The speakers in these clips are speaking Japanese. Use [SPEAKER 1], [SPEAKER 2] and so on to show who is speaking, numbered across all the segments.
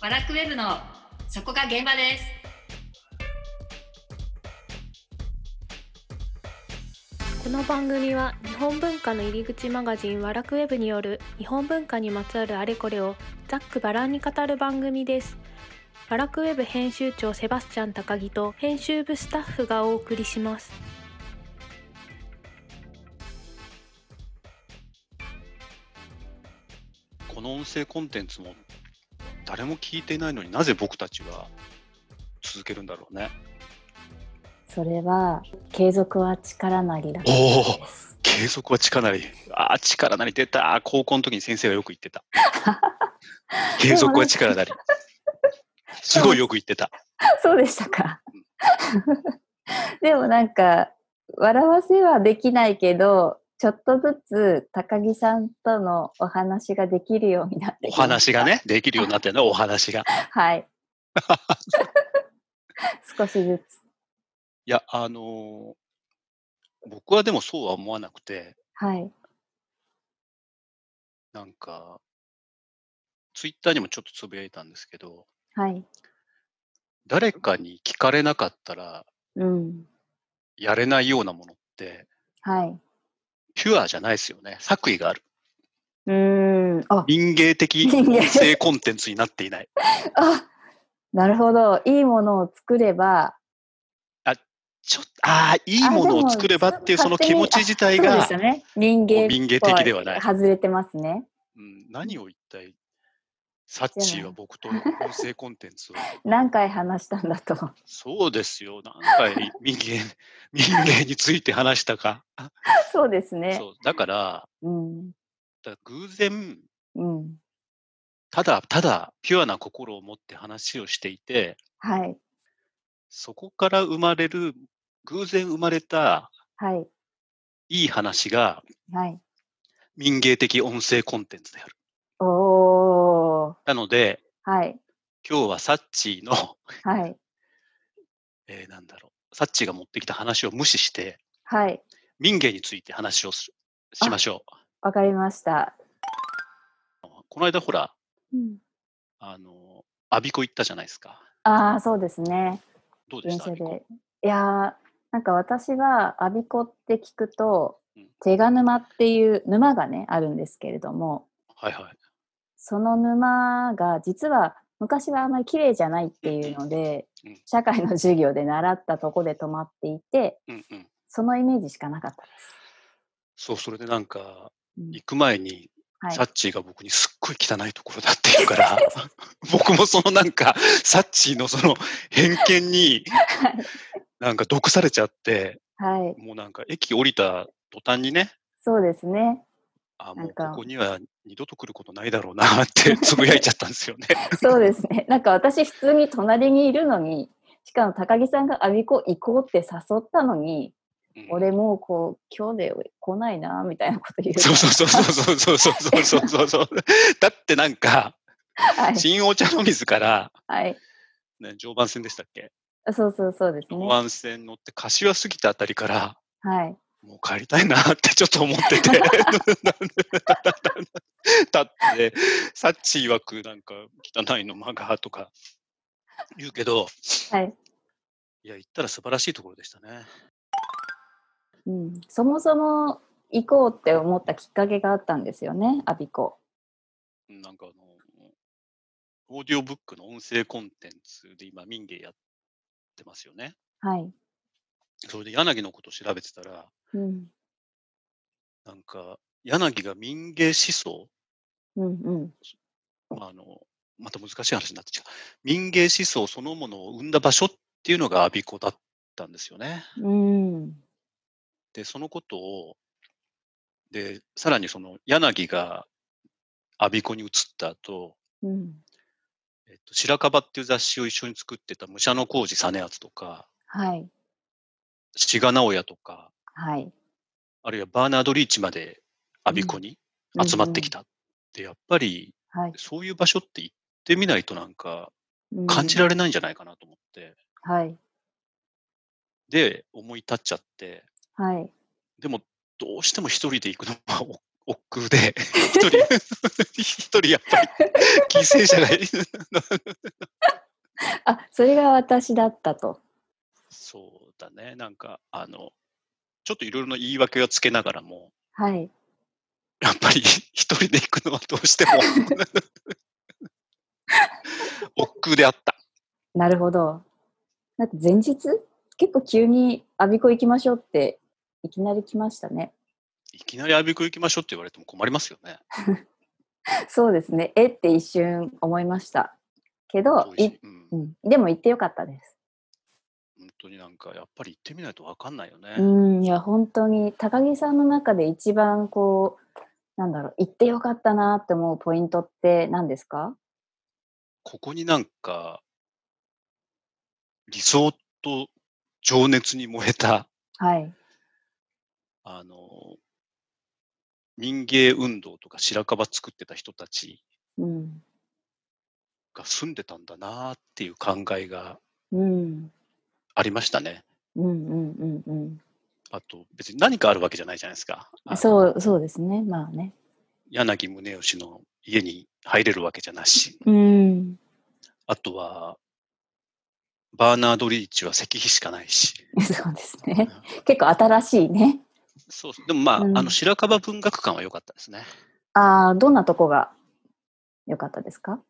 [SPEAKER 1] ワラクウェブのそこが現場です。
[SPEAKER 2] この番組は日本文化の入り口マガジンワラクウェブによる日本文化にまつわるあれこれをざっくばらんに語る番組です。ワラクウェブ編集長セバスチャン高木と編集部スタッフがお送りします。
[SPEAKER 3] この音声コンテンツも誰も聞いていないのになぜ僕たちは続けるんだろうね。
[SPEAKER 4] それは継続は力なりだから
[SPEAKER 3] おお
[SPEAKER 4] です。
[SPEAKER 3] 継続は力なり。ああ、力なり出た。高校の時に先生がよく言ってた。継続は力なり。すごいよく言ってた。
[SPEAKER 4] そうでしたか。でもなんか笑わせはできないけど、ちょっとずつ高木さんとのお話ができるようになって
[SPEAKER 3] お
[SPEAKER 4] きました
[SPEAKER 3] 話が。ね、できるようになったよね、お話が。
[SPEAKER 4] はい。少しずつ。
[SPEAKER 3] いや、あのー僕はでもそうは思わなくて、
[SPEAKER 4] はい。
[SPEAKER 3] なんか、ツイッターにもちょっとつぶやいたんですけど、
[SPEAKER 4] はい。
[SPEAKER 3] 誰かに聞かれなかったら
[SPEAKER 4] うん。
[SPEAKER 3] やれないようなものって、
[SPEAKER 4] はい。
[SPEAKER 3] ピュアじゃないですよね。作為がある。
[SPEAKER 4] うーん。あ、
[SPEAKER 3] 民芸的
[SPEAKER 4] 民芸
[SPEAKER 3] 音声コンテンツになっていない。
[SPEAKER 4] あなるほど。いいものを作れば、
[SPEAKER 3] ちょっと、ああ、いいもの
[SPEAKER 4] あで
[SPEAKER 3] を
[SPEAKER 4] も
[SPEAKER 3] 作ればっていうその
[SPEAKER 4] 勝手
[SPEAKER 3] 気
[SPEAKER 4] に
[SPEAKER 3] 持ち自体
[SPEAKER 4] そうで
[SPEAKER 3] が
[SPEAKER 4] す、よね。人間っぽい
[SPEAKER 3] 民芸的ではない
[SPEAKER 4] 外れてますね。
[SPEAKER 3] うん、何を一体、サッチーは僕と音声コンテンツを。
[SPEAKER 4] 何回話したんだと。
[SPEAKER 3] そうですよ。何回民芸、民芸について話したか。あ
[SPEAKER 4] そうですね。
[SPEAKER 3] そう。だから、
[SPEAKER 4] うん。
[SPEAKER 3] だから偶然、
[SPEAKER 4] うん。
[SPEAKER 3] ただただピュアな心を持って話をしていて、
[SPEAKER 4] はい。
[SPEAKER 3] そこから生まれる、偶然生まれた
[SPEAKER 4] はい。
[SPEAKER 3] いい話が、
[SPEAKER 4] はい。
[SPEAKER 3] 民芸的音声コンテンツである。
[SPEAKER 4] おー。
[SPEAKER 3] なので、
[SPEAKER 4] はい。
[SPEAKER 3] 今日はサッチーの、
[SPEAKER 4] はい。
[SPEAKER 3] えーなんだろう、サッチーが持ってきた話を無視して、
[SPEAKER 4] はい。
[SPEAKER 3] 民芸について話をするしましょ
[SPEAKER 4] わかりました。
[SPEAKER 3] う。この間、ほら、
[SPEAKER 4] うん、
[SPEAKER 3] あの、アビコ行ったじゃないですか。
[SPEAKER 4] ああ、そうですね。
[SPEAKER 3] どうで
[SPEAKER 4] 電
[SPEAKER 3] した
[SPEAKER 4] 車
[SPEAKER 3] アビコ
[SPEAKER 4] で。いやー、なんか私は、アビコって聞くと
[SPEAKER 3] うん、
[SPEAKER 4] 手賀沼っていう沼がね、あるんですけれども、
[SPEAKER 3] はいはい。
[SPEAKER 4] その沼が実は昔はあまり綺麗じゃないっていうので
[SPEAKER 3] うん、
[SPEAKER 4] 社会の授業で習ったとこで泊まっていて、
[SPEAKER 3] うんうん。
[SPEAKER 4] そのイメージしかなかったです。
[SPEAKER 3] そう、それでなんか、
[SPEAKER 4] うん
[SPEAKER 3] 行く前に、
[SPEAKER 4] はい
[SPEAKER 3] サッチーが僕にすっごい汚いところだって言うから、 僕もそのなんか、サッチーのその偏見 に、なんか毒されちゃって、
[SPEAKER 4] はい、
[SPEAKER 3] もうなんか駅降りた途端にね、
[SPEAKER 4] そうですね。
[SPEAKER 3] あ
[SPEAKER 4] な
[SPEAKER 3] も
[SPEAKER 4] ん
[SPEAKER 3] う
[SPEAKER 4] か
[SPEAKER 3] ここには二度と来ることないだろうなって つぶやいちゃったんですよね。
[SPEAKER 4] そうですね。 なんか私普通に隣にいるのに、しかも高木さんがアビコ行こうって誘ったのに、
[SPEAKER 3] うん
[SPEAKER 4] 俺もうこう、今日で来ないな、みたいなこと言う。
[SPEAKER 3] そうそうそうそうそうそうそうそうそうそう。だってなんか、
[SPEAKER 4] はい。
[SPEAKER 3] 新お茶の水から、
[SPEAKER 4] はい。
[SPEAKER 3] ね、常磐線でしたっけ
[SPEAKER 4] そうそうそうです
[SPEAKER 3] 常
[SPEAKER 4] ね。
[SPEAKER 3] 磐線乗って柏過ぎたあたりから、
[SPEAKER 4] はい。
[SPEAKER 3] もう帰りたいなって ちょっと思ってて。だって、サッチ曰くなんか汚いのマガとか言うけど、
[SPEAKER 4] はい。
[SPEAKER 3] いや、行ったら素晴らしいところでしたね。
[SPEAKER 4] うん。そもそも行こうって思ったきっかけがあったんですよね、アビコ。
[SPEAKER 3] なんかあの、オーディオブックの音声コンテンツで今、民芸やってますよね。
[SPEAKER 4] はい。
[SPEAKER 3] それで柳のことを調べてたら、
[SPEAKER 4] うん。
[SPEAKER 3] なんか、柳が民芸思想、
[SPEAKER 4] うんうん。
[SPEAKER 3] まあ、あの、また難しい話になってきた。民芸思想そのものを生んだ場所っていうのがアビコだったんですよね。
[SPEAKER 4] うん。
[SPEAKER 3] で、そのことを、で、さらにその柳がアビコに移った後、
[SPEAKER 4] うん。
[SPEAKER 3] えっと、白樺っていう雑誌を一緒に作ってた武者の工事実篤とか、
[SPEAKER 4] はい。
[SPEAKER 3] 志賀直哉とか、
[SPEAKER 4] はい。
[SPEAKER 3] あるいはバーナード・リーチまでアビコに集まってきた。で、やっぱり
[SPEAKER 4] うんうん。はい。
[SPEAKER 3] そういう場所って行ってみないとなんか
[SPEAKER 4] うん
[SPEAKER 3] 感じられないんじゃないかなと思って、
[SPEAKER 4] はい。
[SPEAKER 3] で、思い立っちゃって、
[SPEAKER 4] はい。
[SPEAKER 3] でもどうしても一人で行くのは億劫で、 一人、一人やっぱり、犠牲者がいる。
[SPEAKER 4] あそれが私だったと。
[SPEAKER 3] そうだね、なんか、あの、ちょっといろいろな言い訳をつけながらも、
[SPEAKER 4] はい。
[SPEAKER 3] やっぱり 一人で行くのはどうしても億劫であった。
[SPEAKER 4] なるほど。なんか前日結構急に「アビコ行きましょう」っていきなり来ましたね。
[SPEAKER 3] いきなりアビコ行きましょうって言われても困りますよね。
[SPEAKER 4] そうですね。えって一瞬思いました。けど
[SPEAKER 3] 当、
[SPEAKER 4] い
[SPEAKER 3] 時うん
[SPEAKER 4] うん、でも行ってよかったです。
[SPEAKER 3] 本当になんかやっぱり行ってみないと分かんないよね。
[SPEAKER 4] うん、いや本当に高木さんの中で一番こうなんだろう行ってよかったなって思うポイントって何ですか
[SPEAKER 3] ここになんか理想と情熱に燃えた
[SPEAKER 4] はい
[SPEAKER 3] あの民芸運動とか白樺作ってた人たち
[SPEAKER 4] うん
[SPEAKER 3] が住んでたんだなっていう考えが
[SPEAKER 4] うん
[SPEAKER 3] ありましたね。
[SPEAKER 4] うんうんうんうん
[SPEAKER 3] あと別に何かあるわけじゃないじゃないですか。あの
[SPEAKER 4] そうそうですねまあね
[SPEAKER 3] 柳宗悦の家に入れるわけじゃなし、
[SPEAKER 4] うん
[SPEAKER 3] あとは、バーナード・リーチは石碑しかないし、
[SPEAKER 4] そうですね結構新しいね
[SPEAKER 3] そうでもまあ、
[SPEAKER 4] うん
[SPEAKER 3] あの白樺文学館は良かったですね。
[SPEAKER 4] あーどんなとこが良かったですか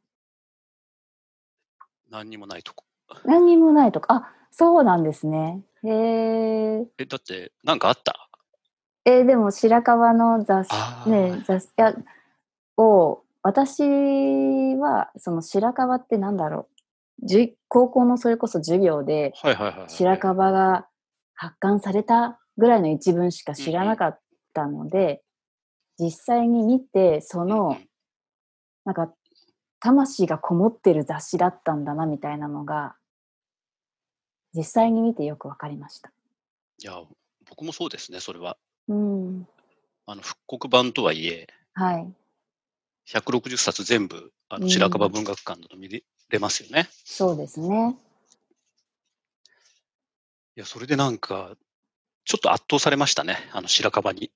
[SPEAKER 3] 何にもないとこ。
[SPEAKER 4] 何にもないとかあそうなんですねへー
[SPEAKER 3] え、だって、なんかあった
[SPEAKER 4] えーでも白川の雑
[SPEAKER 3] あ
[SPEAKER 4] 誌、
[SPEAKER 3] ー
[SPEAKER 4] ね、雑誌いやを私はその白川ってなんだろうじゅ高校のそれこそ授業で
[SPEAKER 3] はいはいはいはい。
[SPEAKER 4] 白樺が発刊されたぐらいの一文しか知らなかったので、実際に見てそ
[SPEAKER 3] うんう
[SPEAKER 4] の
[SPEAKER 3] ん
[SPEAKER 4] なんか魂がこもってる雑誌だったんだなみたいなのが実際に見てよくわかりました。
[SPEAKER 3] いや、僕もそうですね、それは。
[SPEAKER 4] うん、
[SPEAKER 3] あの復刻版とはいえ、
[SPEAKER 4] はい
[SPEAKER 3] 160冊全部、あ
[SPEAKER 4] う
[SPEAKER 3] の
[SPEAKER 4] ん
[SPEAKER 3] 白樺文学館だと見れれますよね。
[SPEAKER 4] そうですね。
[SPEAKER 3] いや、それでなんか、ちょっと圧倒されましたね、あの白樺に。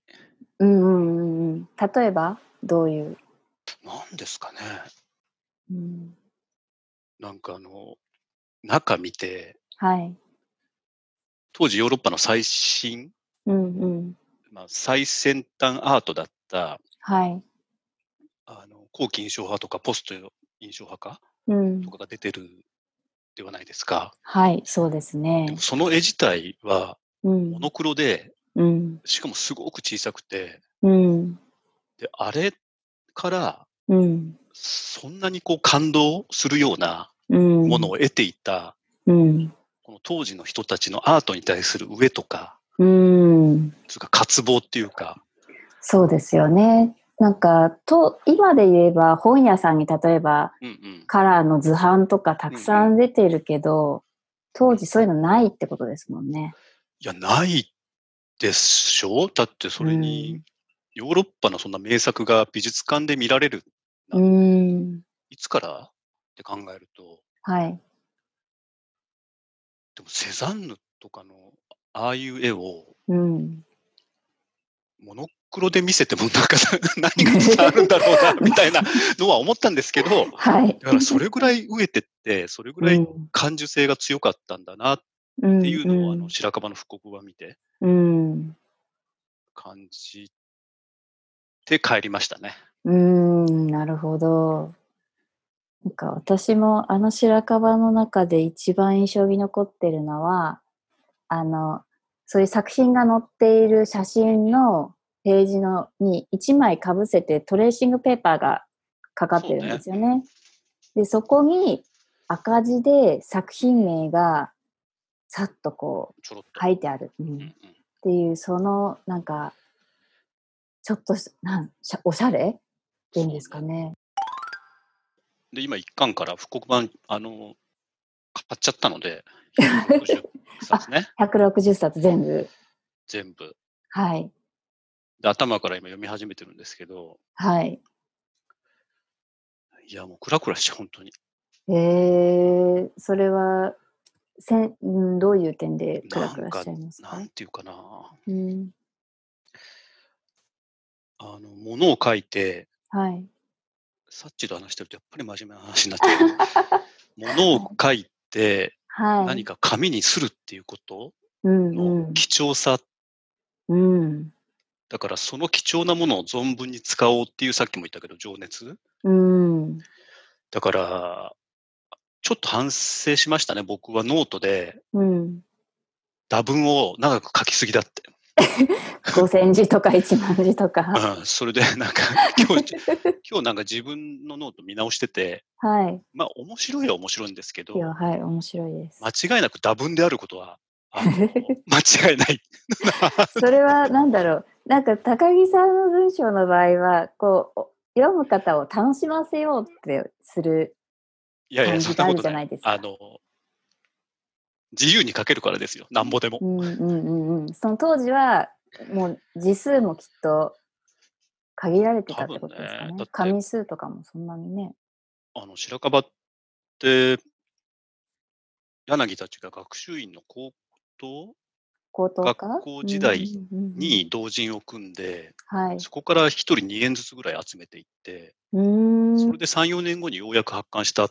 [SPEAKER 4] うんうんうんうん。例えばどういう、
[SPEAKER 3] なんですかね。
[SPEAKER 4] うん、
[SPEAKER 3] なんかあの、中見て、
[SPEAKER 4] はい。
[SPEAKER 3] 当時ヨーロッパの最新、
[SPEAKER 4] うんうん。
[SPEAKER 3] まあ、最先端アートだった、
[SPEAKER 4] はい。
[SPEAKER 3] あの、後期印象派とかポスト印象派か
[SPEAKER 4] うん
[SPEAKER 3] と。かが出てるではないですか。
[SPEAKER 4] はい、そうです
[SPEAKER 3] で
[SPEAKER 4] ね
[SPEAKER 3] も。その絵自体は
[SPEAKER 4] うん
[SPEAKER 3] モ。ノクロで、
[SPEAKER 4] うん。
[SPEAKER 3] しかもすごく小さくて、
[SPEAKER 4] うん。
[SPEAKER 3] で、あれから、
[SPEAKER 4] うん。
[SPEAKER 3] そんなにこう感動するような
[SPEAKER 4] うん。
[SPEAKER 3] ものを得ていた、
[SPEAKER 4] うん。
[SPEAKER 3] この当時の人たちのアートに対する飢えとか、
[SPEAKER 4] うん。
[SPEAKER 3] つうか渇望っていうか、
[SPEAKER 4] そうですよね。なんか、と、今で言えば本屋さんに例えば
[SPEAKER 3] うんうん。
[SPEAKER 4] カラーの図版とかたくさん出てるけど、当時そういうのないってことですもんね。
[SPEAKER 3] いや、ないでしょだってそれに、ヨーロッパのそんな名作が美術館で見られる、
[SPEAKER 4] うん。
[SPEAKER 3] いつからって考えると、
[SPEAKER 4] はい。
[SPEAKER 3] でもセザンヌとかの、ああいう絵を、
[SPEAKER 4] うん。
[SPEAKER 3] モノクロで見せても、なんか 何が伝わるんだろうな、み たいなのは思ったんですけど、
[SPEAKER 4] はい。
[SPEAKER 3] だからそれぐらい飢えてって、それぐら
[SPEAKER 4] う
[SPEAKER 3] い
[SPEAKER 4] ん
[SPEAKER 3] 感受性が強かったんだなって
[SPEAKER 4] うん
[SPEAKER 3] いうのを、あの、白樺の復刻版見て
[SPEAKER 4] うん。
[SPEAKER 3] 感じて帰りましたね。
[SPEAKER 4] うーん、なるほど。なんか私もあの白樺の中で一番印象に残ってるのは、あの、そういう作品が載っている写真のページのに1枚かぶせてトレーシングペーパーがかかってるんですよ
[SPEAKER 3] そう
[SPEAKER 4] ね。で、そこに赤字で作品名がさっとこう
[SPEAKER 3] ちょろっと。
[SPEAKER 4] 書いてある。う
[SPEAKER 3] うんんうん
[SPEAKER 4] っていうそのなんかちょっとしなんしゃおしゃれっていうんですかね。
[SPEAKER 3] で、今、一巻から復刻版、あの、買っちゃったので、160冊 ね、
[SPEAKER 4] 160冊全部。
[SPEAKER 3] 全部。
[SPEAKER 4] はい。
[SPEAKER 3] で、頭から今読み始めてるんですけど、
[SPEAKER 4] はい。
[SPEAKER 3] いや、もうクラクラして、本当に。
[SPEAKER 4] えー、それはせんうんどういう点でクラクラしちゃいますか
[SPEAKER 3] なんていうかな。
[SPEAKER 4] うん、
[SPEAKER 3] あの、ものを書いて、
[SPEAKER 4] はい。
[SPEAKER 3] サッチと話してるとやっぱり真面目な話になっちゃう。ものを書いて、
[SPEAKER 4] はい。
[SPEAKER 3] 何か紙にするっていうこと
[SPEAKER 4] うんう
[SPEAKER 3] の
[SPEAKER 4] ん。
[SPEAKER 3] 貴重さ、
[SPEAKER 4] うん。
[SPEAKER 3] だからその貴重なものを存分に使おうっていう、さっきも言ったけど、情熱
[SPEAKER 4] うん。
[SPEAKER 3] だから、ちょっと反省しましたね。僕はノートで、
[SPEAKER 4] うん。
[SPEAKER 3] 打文を長く書きすぎだって。
[SPEAKER 4] 五千字とか一万字 とか。
[SPEAKER 3] うん、それで、なんか、今日、今日なんか自分のノート見直してて、
[SPEAKER 4] はい。
[SPEAKER 3] まあ、面白いは面白いんですけど
[SPEAKER 4] い、や、はい、面白いです。
[SPEAKER 3] 間違いなく打文であることは、あ の間違いない。
[SPEAKER 4] それは何だろう。なんか高木さんの文章の場合は、こうお読む方を楽しませようってする
[SPEAKER 3] いやい
[SPEAKER 4] 感
[SPEAKER 3] や、そん
[SPEAKER 4] じ
[SPEAKER 3] な
[SPEAKER 4] があ
[SPEAKER 3] こ
[SPEAKER 4] るじ
[SPEAKER 3] と
[SPEAKER 4] ゃ
[SPEAKER 3] な。
[SPEAKER 4] ないいですか。
[SPEAKER 3] あの、自由に書けるからですよ。なんぼでも
[SPEAKER 4] う。んうんうんうん。その当時はもう字数もきっと限られてたってことですか
[SPEAKER 3] 多分
[SPEAKER 4] ね。
[SPEAKER 3] ねだって
[SPEAKER 4] 紙数とかもそんなにね。
[SPEAKER 3] あの、白樺って、柳たちが学習院の高等
[SPEAKER 4] 高等科
[SPEAKER 3] 学校時代
[SPEAKER 4] うんうんうん
[SPEAKER 3] に同人を組んで、
[SPEAKER 4] はい。
[SPEAKER 3] そこから一人2円ずつぐらい集めていって、
[SPEAKER 4] うーん。
[SPEAKER 3] それで3、4年後にようやく発刊した。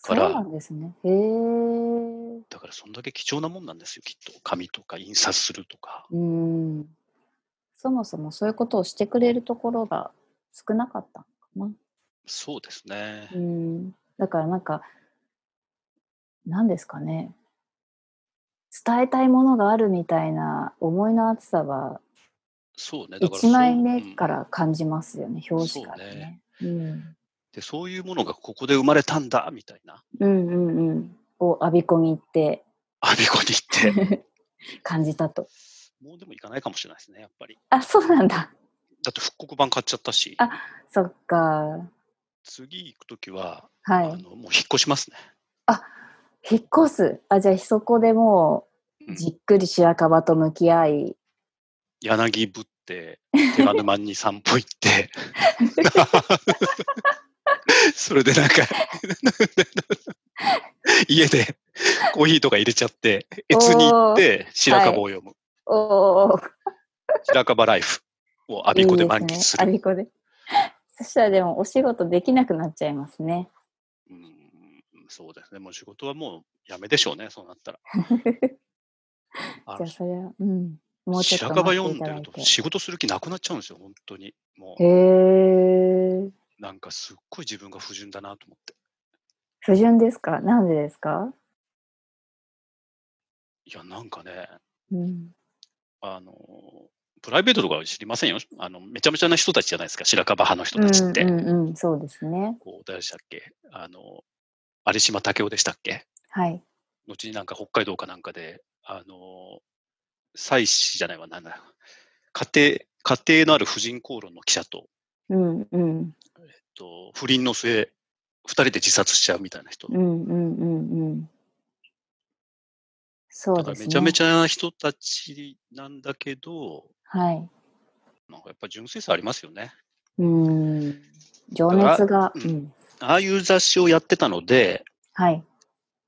[SPEAKER 4] そう
[SPEAKER 3] から
[SPEAKER 4] なんですね。へえ。
[SPEAKER 3] だからそんだけ貴重なもんなんですよ、きっと。紙とか印刷するとか。
[SPEAKER 4] うん。そもそもそういうことをしてくれるところが少なかったのか
[SPEAKER 3] そうですね
[SPEAKER 4] な。う。ん。だからなんか、なんですかね。伝えたいものがあるみたいな思いの厚さは
[SPEAKER 3] そうね。だから
[SPEAKER 4] 一枚目
[SPEAKER 3] そううん
[SPEAKER 4] から感じますよね、表紙からね。うん
[SPEAKER 3] で、そういうものがここで生まれたんだ、みたいな。
[SPEAKER 4] うんうんうん。を浴び込 みって
[SPEAKER 3] アビコに行って。
[SPEAKER 4] 感じたと。
[SPEAKER 3] もうでも行かないかもしれないですね、やっぱり。
[SPEAKER 4] あ、そうなんだ。
[SPEAKER 3] だって復刻版買っちゃったし、
[SPEAKER 4] あそっか。
[SPEAKER 3] 次行くときは、
[SPEAKER 4] は
[SPEAKER 3] あ
[SPEAKER 4] い。
[SPEAKER 3] の、もう引っ越しますね。
[SPEAKER 4] 引っ越す。あ、じゃあそこでも
[SPEAKER 3] う
[SPEAKER 4] う、
[SPEAKER 3] ん
[SPEAKER 4] じっくり白樺と向き合い。
[SPEAKER 3] 柳ぶって、手ぬまに散歩行 って、それでなんか、家でコーヒーとか入れちゃって、
[SPEAKER 4] おー
[SPEAKER 3] 越に行って白樺を読む。
[SPEAKER 4] おー、
[SPEAKER 3] 白樺ライフをアビコで満喫する。
[SPEAKER 4] いいですね、アビコで。そしたらでもお仕事できなくなっちゃいますね。
[SPEAKER 3] うんそうですね。もう仕事はもうやめでしょうね、そうなったら。あ
[SPEAKER 4] じゃ
[SPEAKER 3] の
[SPEAKER 4] あそれは、うん。もうちょっ
[SPEAKER 3] 白
[SPEAKER 4] と
[SPEAKER 3] 樺読
[SPEAKER 4] 待って
[SPEAKER 3] ん
[SPEAKER 4] いた
[SPEAKER 3] で
[SPEAKER 4] だ
[SPEAKER 3] る
[SPEAKER 4] い
[SPEAKER 3] と
[SPEAKER 4] て。
[SPEAKER 3] 仕事する気なくなっちゃうんですよ、本当に。も
[SPEAKER 4] へー。
[SPEAKER 3] うなんかすっごい自分が不純だなと思って。
[SPEAKER 4] 不純ですかなんでですか
[SPEAKER 3] いや、なんかね、
[SPEAKER 4] うん。
[SPEAKER 3] あの、プライベートとかは知りませんよ。あの、めちゃめちゃな人たちじゃないですか、白樺派の人たちって。
[SPEAKER 4] うんうんうん、そうですね。
[SPEAKER 3] こう、誰でしたっけあの、有島武雄でしたっけ
[SPEAKER 4] はい。
[SPEAKER 3] 後になんか北海道かなんかで、あの、妻子じゃないわ、なんだ。家庭、家庭のある婦人公論の記者と、
[SPEAKER 4] うんうん
[SPEAKER 3] えっと、不倫の末、二人で自殺しちゃうみたいな人。
[SPEAKER 4] うんうんうんうん。そう
[SPEAKER 3] だか
[SPEAKER 4] で
[SPEAKER 3] ら
[SPEAKER 4] すね。
[SPEAKER 3] めちゃめちゃな人たちなんだけど、
[SPEAKER 4] はい。
[SPEAKER 3] なんかやっぱ純粋さありますよね。
[SPEAKER 4] うん。情熱が。
[SPEAKER 3] だ
[SPEAKER 4] う
[SPEAKER 3] から
[SPEAKER 4] ん。
[SPEAKER 3] ああいう雑誌をやってたので、
[SPEAKER 4] はい。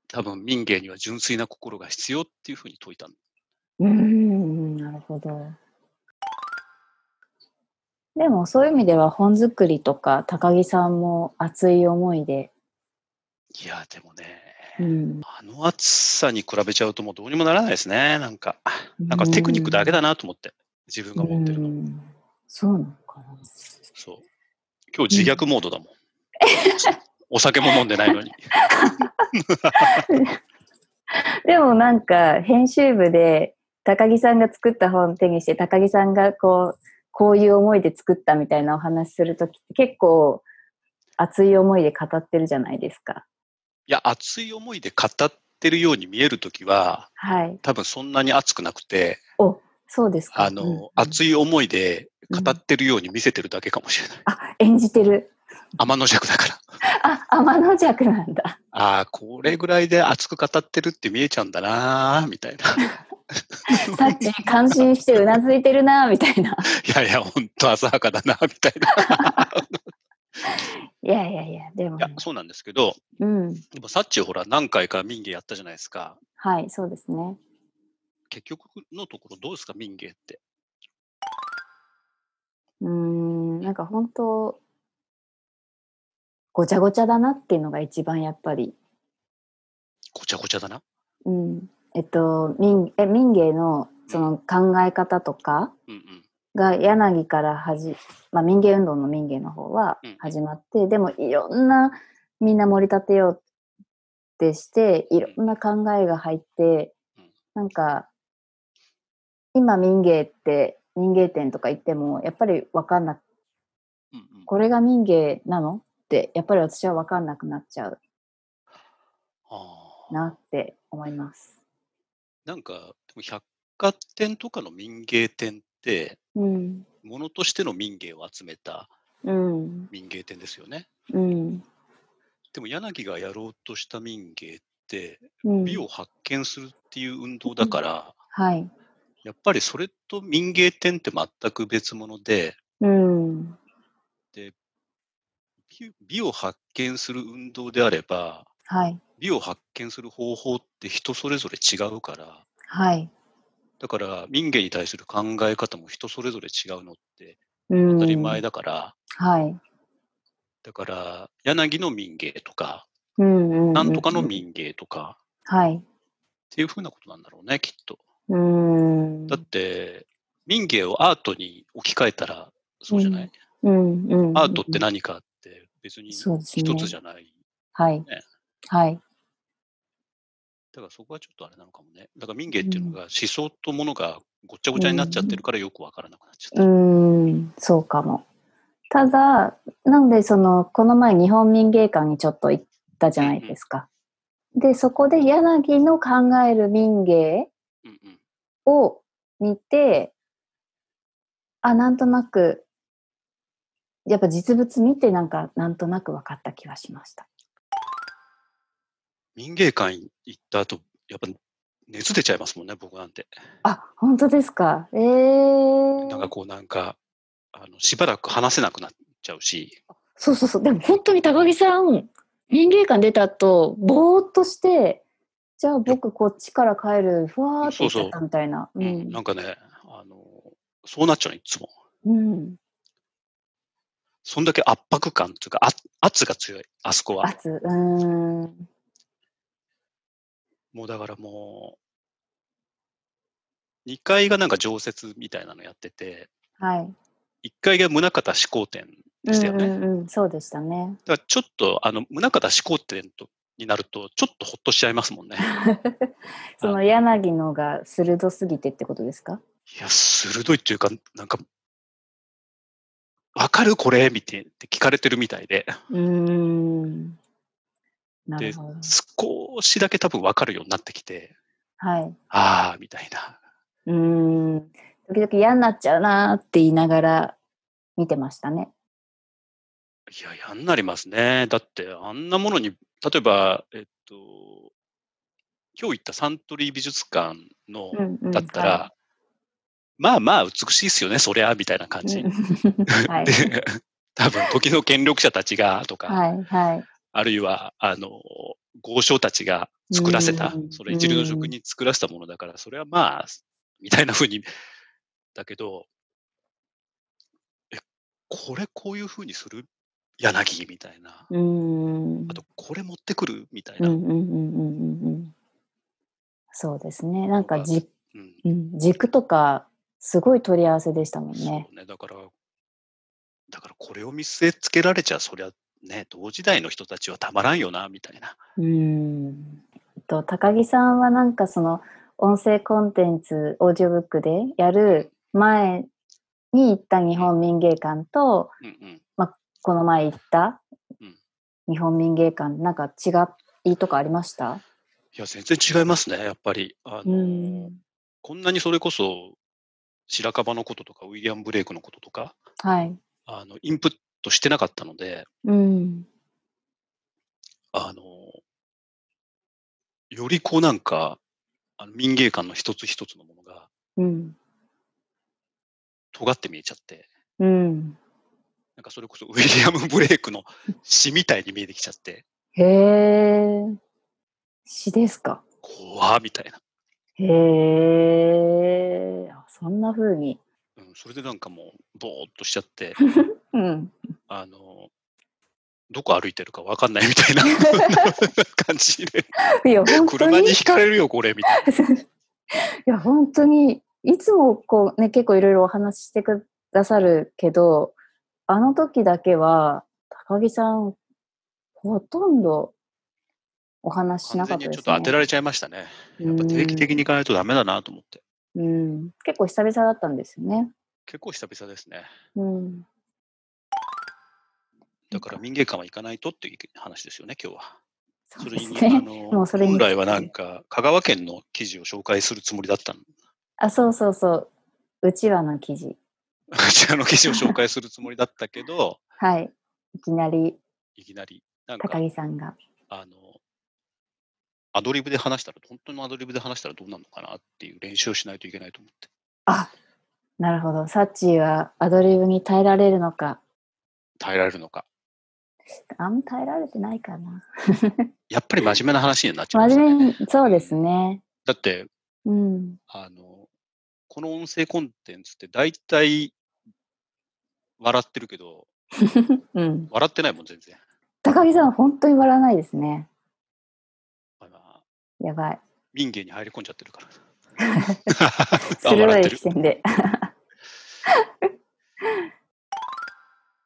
[SPEAKER 3] 多分民芸には純粋な心が必要っていうふうに説いたの。
[SPEAKER 4] うん。なるほど。でもそういう意味では本作りとか高木さんも熱い思いで。
[SPEAKER 3] いや、でもね、
[SPEAKER 4] うん。
[SPEAKER 3] あの暑さに比べちゃうともうどうにもならないですね。なんか、
[SPEAKER 4] うん
[SPEAKER 3] なんかテクニックだけだなと思って、自分が思ってる
[SPEAKER 4] う
[SPEAKER 3] の。
[SPEAKER 4] んそうなのかな。
[SPEAKER 3] そう。今日自虐モード だもん。お酒も飲んでないのに。
[SPEAKER 4] でもなんか編集部で高木さんが作った本を手にして高木さんがこうこういう思いで作ったみたいなお話するとき結構熱い思いで語ってるじゃないですか。
[SPEAKER 3] いや、熱い思いで語ってるように見えるときは、
[SPEAKER 4] はい。
[SPEAKER 3] 多分そんなに熱くなくて、
[SPEAKER 4] おそうですか。
[SPEAKER 3] あの、
[SPEAKER 4] うん
[SPEAKER 3] 熱い思いで語ってるように見せてるだけかもしれない。
[SPEAKER 4] あ演じてる。
[SPEAKER 3] 天の弱だから。
[SPEAKER 4] あ天の弱なんだ。
[SPEAKER 3] ああ、これぐらいで熱く語ってるって見えちゃうんだなーみた いな。
[SPEAKER 4] さっき感心してうなずいてるなみたいな。
[SPEAKER 3] いやいや、本当浅はかだなみたいな。
[SPEAKER 4] いやいやいやでも
[SPEAKER 3] いや、そうなんですけど、
[SPEAKER 4] うん
[SPEAKER 3] でもサッチほら、何回か民芸やったじゃないですか。
[SPEAKER 4] はいそうですね。
[SPEAKER 3] 結局のところどうですか、民芸って。
[SPEAKER 4] うーん、なんか本当、ごちゃごちゃだなっていうのが一番やっぱり。
[SPEAKER 3] ごちゃごちゃだな。
[SPEAKER 4] うん。えっと、民え民芸のその考え方とか
[SPEAKER 3] うんうん。
[SPEAKER 4] が柳からはじ、まあ、民芸運動の民芸の方は
[SPEAKER 3] うん
[SPEAKER 4] 始まって、でもいろんなみんな盛り立てようってして、いろんな考えが入って
[SPEAKER 3] うん、
[SPEAKER 4] なんか、今民芸って、民芸店とか行っても、やっぱり分かんなく
[SPEAKER 3] うんうん、
[SPEAKER 4] これが民芸なのってやっぱり私は分かんなくなっちゃう
[SPEAKER 3] あー
[SPEAKER 4] なって思います。
[SPEAKER 3] なんか、でも百貨店とかの民芸店って、
[SPEAKER 4] うん、
[SPEAKER 3] ものとしての民芸を集めた
[SPEAKER 4] うん、
[SPEAKER 3] 民芸店ですよね。
[SPEAKER 4] うん、
[SPEAKER 3] でも柳がやろうとした民芸って、
[SPEAKER 4] うん。
[SPEAKER 3] 美を発見するっていう運動だから、
[SPEAKER 4] はい。
[SPEAKER 3] やっぱりそれと民芸店って全く別物で、
[SPEAKER 4] うん、
[SPEAKER 3] 美美を発見する運動であれば、
[SPEAKER 4] はい、
[SPEAKER 3] 美を発見する方法って人それぞれ違うから、
[SPEAKER 4] はい。
[SPEAKER 3] だから民芸に対する考え方も人それぞれ違うのって
[SPEAKER 4] うん、
[SPEAKER 3] 当たり前だから、
[SPEAKER 4] はい。
[SPEAKER 3] だから柳の民芸とか、
[SPEAKER 4] うん、うん。
[SPEAKER 3] なんとかの民芸とか
[SPEAKER 4] はい。
[SPEAKER 3] っていうふうなことなんだろうね、きっと。
[SPEAKER 4] うん。
[SPEAKER 3] だって民芸をアートに置き換えたらそうじゃない、
[SPEAKER 4] うん、うん。
[SPEAKER 3] アートって何かって別に
[SPEAKER 4] そうですね
[SPEAKER 3] 一つじゃない。
[SPEAKER 4] はい
[SPEAKER 3] ね。
[SPEAKER 4] はい。
[SPEAKER 3] だからそこはちょっとあれなのかもね。だから民芸っていうのが思想とものがごっちゃごちゃになっちゃってるからよくわからなくなっちゃった。
[SPEAKER 4] うーん、そうかも。ただ、なんでその、この前日本民芸館にちょっと行ったじゃないですか。で、そこで柳の考える民芸
[SPEAKER 3] うんうん
[SPEAKER 4] を見て、あ、なんとなく、やっぱ実物見てなんか、なんとなく分かった気がしました。
[SPEAKER 3] 民芸館行った後、やっぱ熱出ちゃいますもんね、僕なんて。
[SPEAKER 4] あ、本当ですか。えー。
[SPEAKER 3] なんかこうなんか、あのしばらく話せなくなっちゃうし、
[SPEAKER 4] そうそうそう。でも本当に高木さん、民芸館出た後、ぼーっとして、じゃあ僕こっちから帰る、ふわーっと行っちゃったみたいな。う
[SPEAKER 3] うん
[SPEAKER 4] ん
[SPEAKER 3] なんかねあの、そうなっちゃうのいつも。
[SPEAKER 4] うん。
[SPEAKER 3] そんだけ圧迫感というか、あ圧が強い、あそこは。
[SPEAKER 4] 圧、うーん。
[SPEAKER 3] もうだからもう、2階がなんか常設みたいなのやってて、
[SPEAKER 4] はい。
[SPEAKER 3] 1階が宗像始皇展でしたよね。
[SPEAKER 4] うん
[SPEAKER 3] だ
[SPEAKER 4] うんうん、そうでしたね。
[SPEAKER 3] からちょっと、あの、宗像始皇展とになると、ちょっとほっとしちゃいますもん ね。
[SPEAKER 4] その柳のが鋭すぎてってことですか
[SPEAKER 3] いや、鋭いっていうか、なんか、わかるこれみたいなって聞かれてるみたいで、
[SPEAKER 4] うーん。なるほど。
[SPEAKER 3] 少しだけ多分わかるようになってきて、
[SPEAKER 4] はい。
[SPEAKER 3] あー、みたいな。
[SPEAKER 4] うーん。時々嫌になっちゃうなーって言いながら見てましたね。
[SPEAKER 3] いや、やんなりますね。だって、あんなものに、例えば、えっと、今日行ったサントリー美術館の、
[SPEAKER 4] うんうん、
[SPEAKER 3] だった
[SPEAKER 4] は
[SPEAKER 3] ら、まあまあ美しいですよね、そりゃ、みたいな感
[SPEAKER 4] い、
[SPEAKER 3] じ。
[SPEAKER 4] う
[SPEAKER 3] で
[SPEAKER 4] ん はい。
[SPEAKER 3] 多分、時の権力者たちが、とか、
[SPEAKER 4] はい、はい。
[SPEAKER 3] あるいは、あの、豪商たちが作らせた
[SPEAKER 4] う、ん
[SPEAKER 3] それ一流の職人に作らせたものだから、それはまあ、みたいなふうに、だけど、え、これこういうふうにする柳みたいな。
[SPEAKER 4] うーん。
[SPEAKER 3] あと、これ持ってくるみたい
[SPEAKER 4] うん
[SPEAKER 3] な。
[SPEAKER 4] う
[SPEAKER 3] うん
[SPEAKER 4] んうんうんうんうん。そうですね。なんかじ、うん、軸とか、すごい取り合わせでしたもん
[SPEAKER 3] そう
[SPEAKER 4] ね
[SPEAKER 3] ね。。だから、だからこれを見据えつけられちゃ、そりゃ、ね、同時代の人たちはたまらんよな、みたいな。
[SPEAKER 4] うーん。と、高木さんはなんかその、音声コンテンツ、オーディオブックでやる前に行った日本民芸館と、
[SPEAKER 3] うんうん。
[SPEAKER 4] この前行った
[SPEAKER 3] うん
[SPEAKER 4] 日本民芸館、なんか違いとかありました
[SPEAKER 3] いや、全然違いますね、やっぱり。あの
[SPEAKER 4] うん。
[SPEAKER 3] こんなにそれこそ、白樺のこととか、ウィリアム・ブレイクのこととか、
[SPEAKER 4] はい。
[SPEAKER 3] あの、インプットしてなかったので、
[SPEAKER 4] うん。
[SPEAKER 3] あの、よりこうなんか、あの民芸館の一つ一つのものが、
[SPEAKER 4] うん。
[SPEAKER 3] 尖って見えちゃって、
[SPEAKER 4] うん。
[SPEAKER 3] なんかそれこそウ ィリアム・ブレイクの詩みたいに見えてきちゃって、
[SPEAKER 4] へえ。詩ですか
[SPEAKER 3] 怖っみたいな。
[SPEAKER 4] へえ、あそんな風に。
[SPEAKER 3] うんうん、それでなんかもう、ぼーっとしちゃ って、
[SPEAKER 4] うん。
[SPEAKER 3] あの、どこ歩いてるかわかんないみたいな 感じで、
[SPEAKER 4] いや、 本当
[SPEAKER 3] 車に
[SPEAKER 4] に。い
[SPEAKER 3] ひかれるよ、これ、みたい
[SPEAKER 4] や、本当に、いつもこうね、結構いろいろお話ししてくださるけど、あの時だけは、高木さん、ほとんどお話しし
[SPEAKER 3] な。
[SPEAKER 4] なか
[SPEAKER 3] 完全
[SPEAKER 4] っ
[SPEAKER 3] に
[SPEAKER 4] たで
[SPEAKER 3] ち
[SPEAKER 4] す
[SPEAKER 3] ょ
[SPEAKER 4] ね
[SPEAKER 3] っ。と当てられちゃいましたね。やっぱ定期的に行かないとダメだなと思って。
[SPEAKER 4] うん。結構久々だったんですよね。
[SPEAKER 3] 結構久々ですね。
[SPEAKER 4] うん。
[SPEAKER 3] だから民芸館は行かないとっていう話ですよね、今日は。
[SPEAKER 4] そう
[SPEAKER 3] れ
[SPEAKER 4] です
[SPEAKER 3] に、あ
[SPEAKER 4] ね。も
[SPEAKER 3] の、
[SPEAKER 4] うそれに
[SPEAKER 3] 本来はなんか、香川県の記事を紹介するつもりだったの。
[SPEAKER 4] あ、そうそうそう。うちわの記事。
[SPEAKER 3] こちらの記事を紹介するつもりだったけ ど、
[SPEAKER 4] はい。いきなり、
[SPEAKER 3] いきなり、なんか
[SPEAKER 4] 高、木さんが。
[SPEAKER 3] あの、アドリブで話したら、本当のアドリブで話したらどうなるのかなっていう練習をしないといけないと思って。
[SPEAKER 4] あ、なるほど。サッチーはアドリブに耐えられるのか。
[SPEAKER 3] 耐えられるのか。
[SPEAKER 4] あんま耐えられてないかな。
[SPEAKER 3] やっぱり真面目な話になっちゃいまし
[SPEAKER 4] 真
[SPEAKER 3] た
[SPEAKER 4] 面目
[SPEAKER 3] ね。
[SPEAKER 4] に、そうですね。
[SPEAKER 3] だって、
[SPEAKER 4] うん。
[SPEAKER 3] あの、この音声コンテンツって大体、笑ってるけど、
[SPEAKER 4] うん。
[SPEAKER 3] 笑ってないもん、全然。
[SPEAKER 4] 高木さんは本当に笑わないですね。
[SPEAKER 3] まあ
[SPEAKER 4] やばい。
[SPEAKER 3] 民芸に入り込んじゃってるから。 あ
[SPEAKER 4] 鋭
[SPEAKER 3] 笑っ
[SPEAKER 4] い
[SPEAKER 3] て
[SPEAKER 4] 視
[SPEAKER 3] る。
[SPEAKER 4] 点で。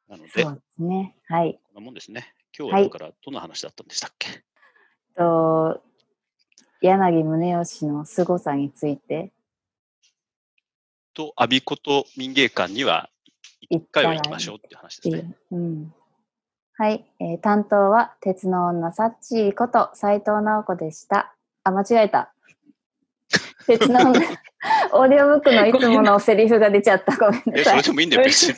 [SPEAKER 3] なの
[SPEAKER 4] そ
[SPEAKER 3] で、
[SPEAKER 4] う
[SPEAKER 3] こん
[SPEAKER 4] ですね。はい。
[SPEAKER 3] なもんですね。今日は
[SPEAKER 4] は
[SPEAKER 3] だ
[SPEAKER 4] い
[SPEAKER 3] から、どんな話だったんでしたっけ、
[SPEAKER 4] と、柳宗悦の凄さについて
[SPEAKER 3] と、アビコと民芸館には1回は行きましょうっていう話で
[SPEAKER 4] って
[SPEAKER 3] す
[SPEAKER 4] い
[SPEAKER 3] ね。
[SPEAKER 4] う。うん。はい、えー担当は鉄の女サッチーこと斉藤直子でした。あ、間違 えた。鉄の女、オーディオブックのいつものセリフが出ちゃった。ごめん
[SPEAKER 3] え、
[SPEAKER 4] な
[SPEAKER 3] そ
[SPEAKER 4] さ
[SPEAKER 3] れ
[SPEAKER 4] い。
[SPEAKER 3] でもいいんだよ、別に。